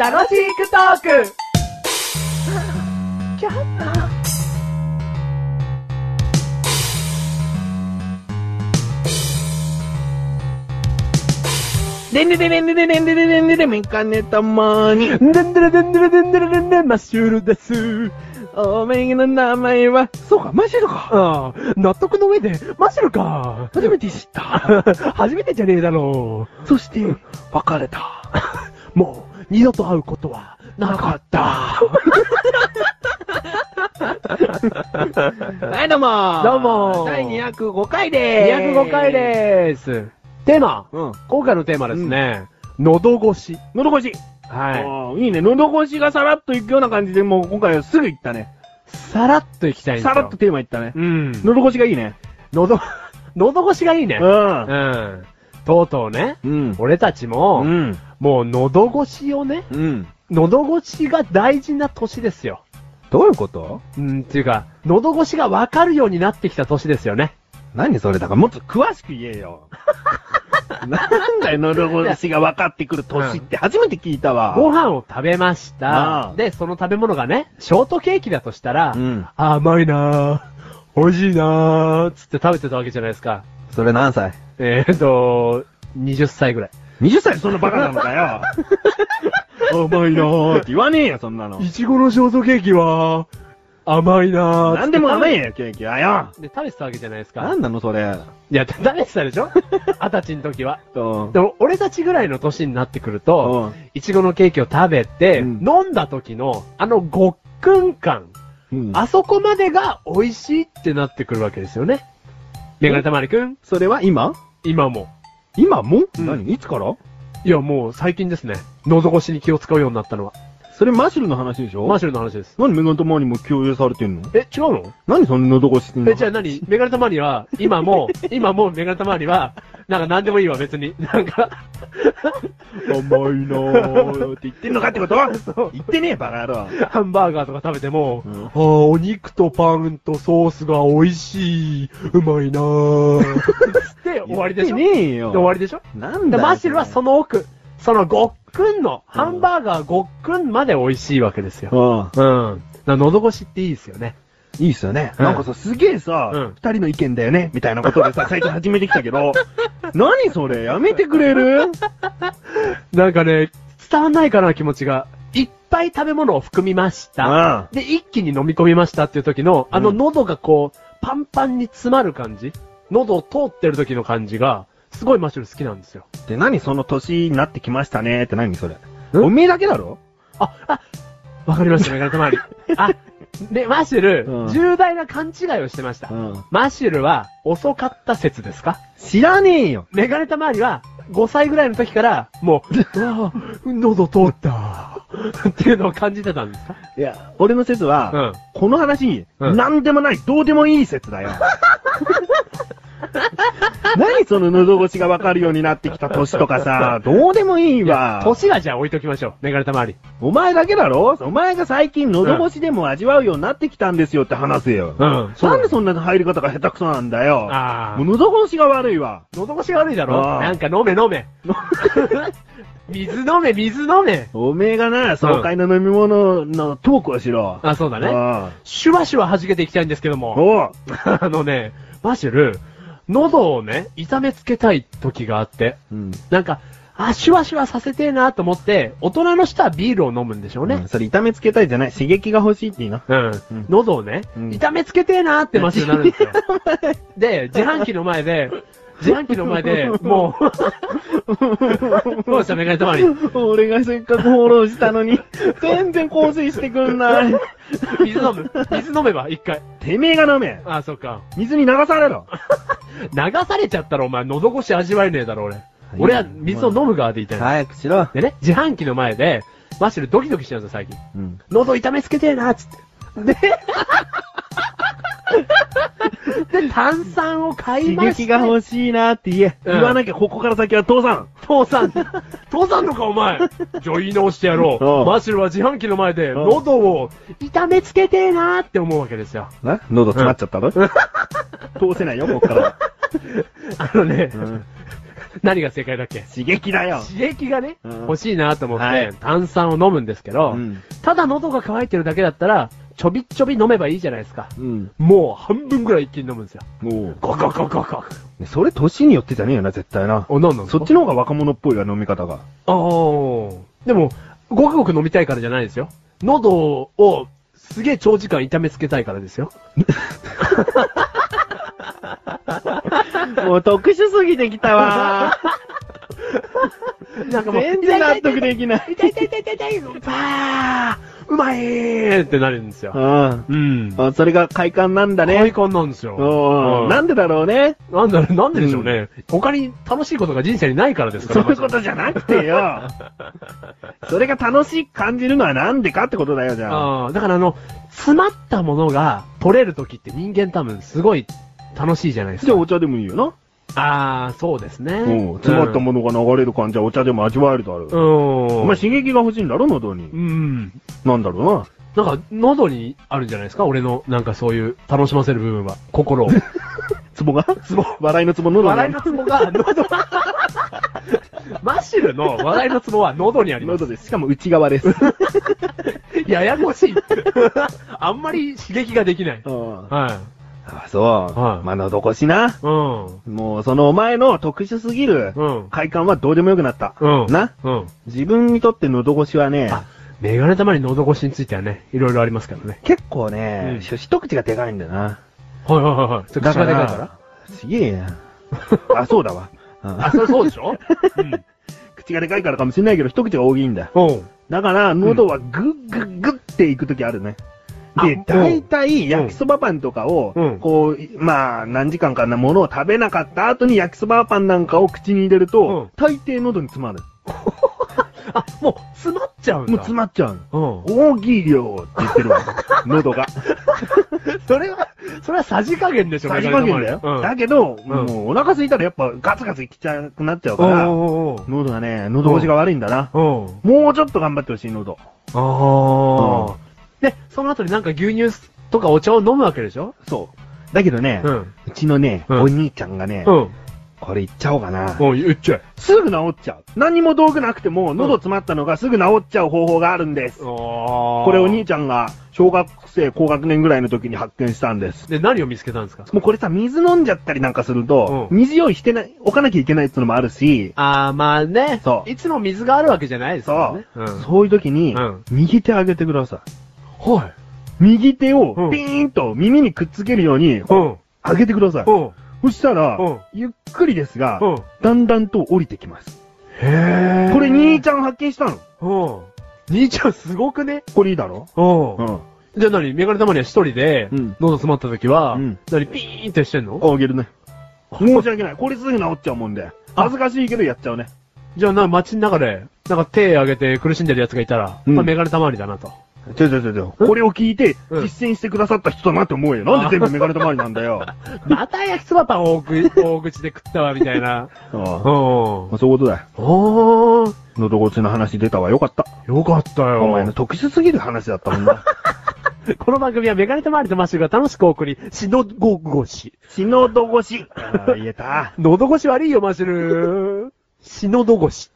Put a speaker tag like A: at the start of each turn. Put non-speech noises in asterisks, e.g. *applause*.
A: 楽しくトーク
B: でんでででんでででんでででんででめかねたまに。
C: でんでれでんでれでんでれでんでマッシュルです。
B: おめえの名前は、
C: そうか、マッシュルか。うん。納得の上で、マッシュルか。
B: 初めて知った。
C: *laughs* 初めてじゃねえだろう。
B: そして、別れた。
C: *laughs* もう、二度と会うことは、なかった。
B: はい、どうも
C: どうも
B: 第205回でーす。
C: 205回でーす。テーマ。
B: す。うん。
C: 今回のテーマですね。喉越し。
B: 喉越し。
C: は
B: あーいいね。喉越しがさらっといくような感じで、もう今回はすぐいったね。
C: い。さらっといきたいんですよ。
B: さらっと。テーマいったね。
C: うん。
B: 喉越しがいいね。
C: 喉、 *laughs* 喉越しがいいね。
B: ん。
C: うん。とうとうね、
B: うん。
C: 俺たちも、
B: ん。
C: もう喉越しをね、
B: うん。
C: 喉越しが大事な年ですよ。
D: どういうこと
C: うん、っていうか、喉越しがわかるようになってきた年ですよね。
D: 何それだからもっと、
B: 詳しく言えよ。なんだよ、喉越しが分かってくる年って初めて聞いたわ。
C: ご飯を食べまし
B: あ
C: た
B: あ。
C: で、その食べ物がね、ショートケーキだとしたら、
D: うん。
C: 甘いなぁ、美味しいなぁ、つって食べてたわけじゃないですか。
D: それ何歳
C: えーっと、20歳ぐらい。
B: 20歳でそんなバカなのか
D: *laughs*
B: よ。だっ
C: 甘いなぁ。
B: て言わねえよ、そんなの。
C: いちごのショートケーキは、甘いなぁ。
B: なんでも甘い
C: よ。
B: よ、ケーキはよ。
C: で、食べてたわけじゃないですか。
D: 何なのそれ。
C: いや、食べてたで *laughs* しょ二十歳の時は。
B: うん
C: でも、俺たちぐらいの年になってくると、
B: うん
C: いちごのケーキを食べて、
B: うん
C: 飲んだ時の、あのごっくん感、
B: うん
C: あそこまでが美味しいってなってくるわけですよね。メガネたまりくん、
D: それは今
C: 今も。
D: 今も、
B: うん
D: 何いつから
C: いや、もう最近ですね。喉越しに気を使うようになったのは。
B: それマシュルの話でしょ
C: マーシュルの話です。
D: 何メガネとマーにも共有されてんの
C: え、違うの
D: 何その喉越しって
C: え、じゃあ何メガネたまりは、今も、今もメガネたまりは、なんか何でもいいわ、別に。なんか、
D: 甘いなぁ。
B: って言ってんのか
D: *laughs*
B: ってこと言ってねえ、バカ野郎。
C: ハンバーガーとか食べても、
D: うん
C: ああ、お肉とパンとソースが美味しい、うまいなぁ。 *laughs* つって終わりでしょ
D: 言ってねえ
C: で終わ
D: よ。
C: りでしょ
D: なん
C: で
D: だよ。
C: マシルはその奥、そのごっくん
D: う
C: の、
D: ん
C: ハンバーガーごっくんまで美味しいわけですよ。
D: の。
C: うん。な喉越しっていいですよね。
D: うん。いいっすよね。
C: うん
D: なんかさ、すげえ
C: う
D: さ
C: ん、
D: 二人の意見だよねみたいなことで
C: *laughs*
D: さ、最近始めてきたけど、何それやめてくれる
C: なんかね、伝わんないかな気持ちが。いっぱい食べ物を含みました。
D: あ
C: で、一気に飲み込みましたっていう時の、あの
D: うん
C: 喉がこう、パンパンに詰まる感じ、喉を通ってる時の感じが、すごいマシュル好きなんですよ。
D: で、何その年になってきましたねって何それ。
C: うん
D: おめえだけだろ
C: あ、あ、わかりました、メガネ
D: *laughs*
C: たまり。あ、で、マシュル、
D: うん
C: 重大な勘違いをしてました。
D: ん。
C: マシュルは遅かった説ですか
D: 知らねえよ。
C: メガネたまりは5歳ぐらいの時から、もう、 *laughs* ああ、喉通った。っていうのを感じてたんですか
D: いや、俺の説は、
C: うん。
D: この話、
C: うん
D: 何でもない、どうでもいい説だ
C: *laughs*
D: よ。何その喉越しがわかるようになってきた年とかさ、どうでもいいわ。
C: 年はじゃあ置いときましょう。メガネたまり。
D: お前だけだろお前が最近喉越しでも味わうようになってきたんですよって話せよ。
C: ん
D: なんでそんな入り方が下手くそなんだよ。
C: あ
D: もう
C: あ。
D: 喉越しが悪いわ。
C: 喉越し悪いだろ
D: ああ
C: なんか飲め飲め。 *laughs* 水飲め、水飲め。
D: おめえがな、爽快な飲み物のトークをしろ。
C: あ、そうだね。
D: あ
C: シュワシュワ弾けていきたいんですけど
D: あ
C: も。
D: おう。
C: あのね、マシュル、喉をね、痛めつけたい時があって。
D: うん。
C: なんか、あ、シュワシュワさせてえなと思って、大人の人はビールを飲むんでしょう
D: う
C: ね
D: ん。それ痛めつけたいじゃない。刺激が欲しいってい
C: *laughs*
D: いな。
C: うん。
D: ん
C: 喉をね、
D: うん
C: 痛めつけてえなってマシュルなるん *laughs* ですよ。で、自販機の前で、自販機の前 *laughs* で、もう、どうしたメガネたまり。
D: 俺がせっかくフォローしたのに、全然更新してくん
C: *laughs*
D: ない。
C: 水飲む。水飲めば、一回。
D: てめえが飲め
C: あそっか。
D: 水に流されろ
C: 流されちゃったらお前、喉越し味わえねえだろ、俺。俺は水を飲む側でいたいの。
D: 早くしろ。
C: でね、自販機の前で、マッシュルドキドキしちゃうんですよ、最近。
D: うん。
C: 喉痛めつけてえな、つって。で、で、炭酸を買い
D: 刺
C: まして
D: 激が欲しいなって言え。
C: うん
D: 言わなきゃここから先は父さん。
C: 父さん、父さんのかお前、女医直してや
D: *laughs*
C: ろ
D: う
C: う。
D: ん
C: マシュルは自販機の前で、
D: ん
C: 喉を痛めつけてえなーって思うわけですよ。
D: な喉 *laughs* 詰まっちゃったろ通せないよ、ここから。
C: あのね、何が正解だっけ
D: 刺激だよ。
C: 刺激がね、
D: うん
C: 欲しいなと思って、
D: はい
C: 炭酸を飲むんですけど、
D: うん
C: ただ喉が渇いてるだけだったら、ちょびっちょび飲めばいいじゃないですか。
D: うん。
C: もう半分ぐらい一気に飲むんですよ。
D: もう。
C: ゴクゴクゴクゴク。
D: それ年によってじゃねえよな、絶対な。
C: お、飲んだの
D: そっちの方が若者っぽいわ、飲み方が。
C: あーでも、ごくごく飲みたいからじゃないですよ。喉をすげえ長時間痛めつけたいからですよ。
B: もう特殊すぎてきた *laughs* わ。
C: なんかもう、
B: 全然納得できない。
C: 痛い痛い痛い痛い痛
A: *laughs*
C: いばーうまいーってなるんですよ。
B: うん。
C: うん。
B: あそれが快感なんだ
C: 快
B: ね。
C: 感なんですよ。
B: うん。なんでだろうね。
C: なんだろう、なんででしょうね。他に楽しいことが人生にないからですか
B: そ
C: ら。
B: ういうことじゃなくて
C: *laughs*
B: よ。それが楽しい感じるのはなんでかってことだよ、じゃあ。
C: ああ、だからあの、詰まったものが取れるときって人間多分すごい楽しいじゃないです
D: じゃあ
C: か。
D: お茶でもいいよな。
C: ああ、そうですね。
D: うん。詰まったものが流れる感じはお茶でも味わえるだろ
C: う
D: う。
C: ん。
D: お前刺激が欲しいんだろ、喉に
C: う。ん。
D: なんだろ
C: なんか、喉にあるんじゃないですか俺の、なんかそういう、楽しませる部分は。心を。
D: うな。ツボがツボ。 *laughs* 笑いのツボ、喉に。
C: *laughs* 笑いのツボが、喉。 *laughs* マッシュルの笑いのツボは喉にあります。
D: 喉です。しかも内側
C: *laughs*
D: です。
C: ややこしい。 *laughs* あんまり刺激ができない。
D: あ
C: はい。
D: あ、そう。
C: はい
D: まあ、喉越しな。
C: うん。
D: もう、そのお前の特殊すぎる
C: うん。
D: 快感はどうでもよくなった。
C: うん。
D: な
C: うん。
D: 自分にとって喉越しはね、
C: あ、メガネたまに喉越しについてはね、いろいろありますからね。
D: 結構ね、
C: うん
D: ひ一口がでかいんだよな。
C: はいはいはいはい。それ口がでかいから
D: らすげえな。あ、そうだわ。
C: *laughs*
D: うん
C: あ、それそうでしょうん。
D: 口がでかいからかもしれないけど、一口が大きいんだ。
C: おう。
D: だから、喉はグッグッグッっていくときあるね。で
C: あ、
D: 大体、焼きそばパンとかを
C: うん、
D: こう、まあ、何時間かな、ものを食べなかった後に焼きそばパンなんかを口に入れると、大抵喉に詰まる。
C: あ、もう、詰まっちゃうんだ。
D: もう詰まっちゃうの。
C: うん。
D: 大きい量って言ってるわ。喉
C: *laughs*
D: が。
C: それは、それはさじ加減でしょ、
D: さじ加減だよ。
C: うん。
D: だけど、
C: ん
D: もうお腹空いたらやっぱガツガツいきちゃくなっちゃうか
C: おう
D: ら、
C: おう
D: 喉がね、喉越しが悪いんだな。
C: おう。うん。
D: もうちょっと頑張ってほしい、喉。
C: ああ。で、その後になんか牛乳とかお茶を飲むわけでしょ
D: そう。だけどね、
C: うん。
D: うちのね、
C: うん
D: お兄ちゃんがね
C: う、ん。
D: これ言っちゃおうかな。
C: もう言っちゃえ。
D: すぐ治っちゃう。何も道具なくても、喉詰まったのがすぐ治っちゃう方法があるんです。
C: こ
D: これお兄ちゃんが小学生高学年ぐらいの時に発見したんです。
C: で、何を見つけたんですか
D: もうこれさ、水飲んじゃったりなんかすると、
C: うん
D: 水用意してない、置かなきゃいけないっていうのもあるし、
C: あー、まあね。
D: そう
C: いつも水があるわけじゃないですからね。うん。
D: そういう時に、
C: うん
D: 右手上げてください。
C: はい。
D: 右手を
C: うん
D: ピーンと耳にくっつけるように
C: うん。
D: 上げてください。
C: うん。
D: そしたら
C: うん、
D: ゆっくりですが、
C: うん。
D: だんだんと降りてきます。
C: へ
D: これ兄ちゃん発見したの
C: うん。兄ちゃんすごくね。
D: これいいだろ
C: うん
D: うん。
C: じゃあ何メガネたまには一人で、
D: うん
C: 喉詰まった時は、
D: うん
C: 何ピーンってしてんの
D: あげるね。申し訳ない。これすぐ治っちゃうもんで。恥ずかしいけどやっちゃうね。
C: じゃあな、街の中で、なんか手上げて苦しんでる奴がいたら、
D: うん
C: まあメガネたまにだなと。
D: ちょちょちょちょ。これを聞いて、
C: うん
D: 実践してくださった人だなって思うよ。なんで全部メガネたまりなんだ *laughs* よ。
C: また焼きそばパン大 *laughs* 食い大口で食ったわ、みたいな。
D: うん
C: うん。お
D: そういうことだよ。
C: ー、
D: 喉越しの話出たわ。よかった。
C: よかったよ。
D: お前の特殊すぎる話だったもん *laughs* な。
C: この番組はメガネとマリとマッシュルが楽しくお送り、しのごごし。
D: 死のど越し。あー言えた。
C: *laughs* 喉越し悪いよ、マッシュル。しのどごし。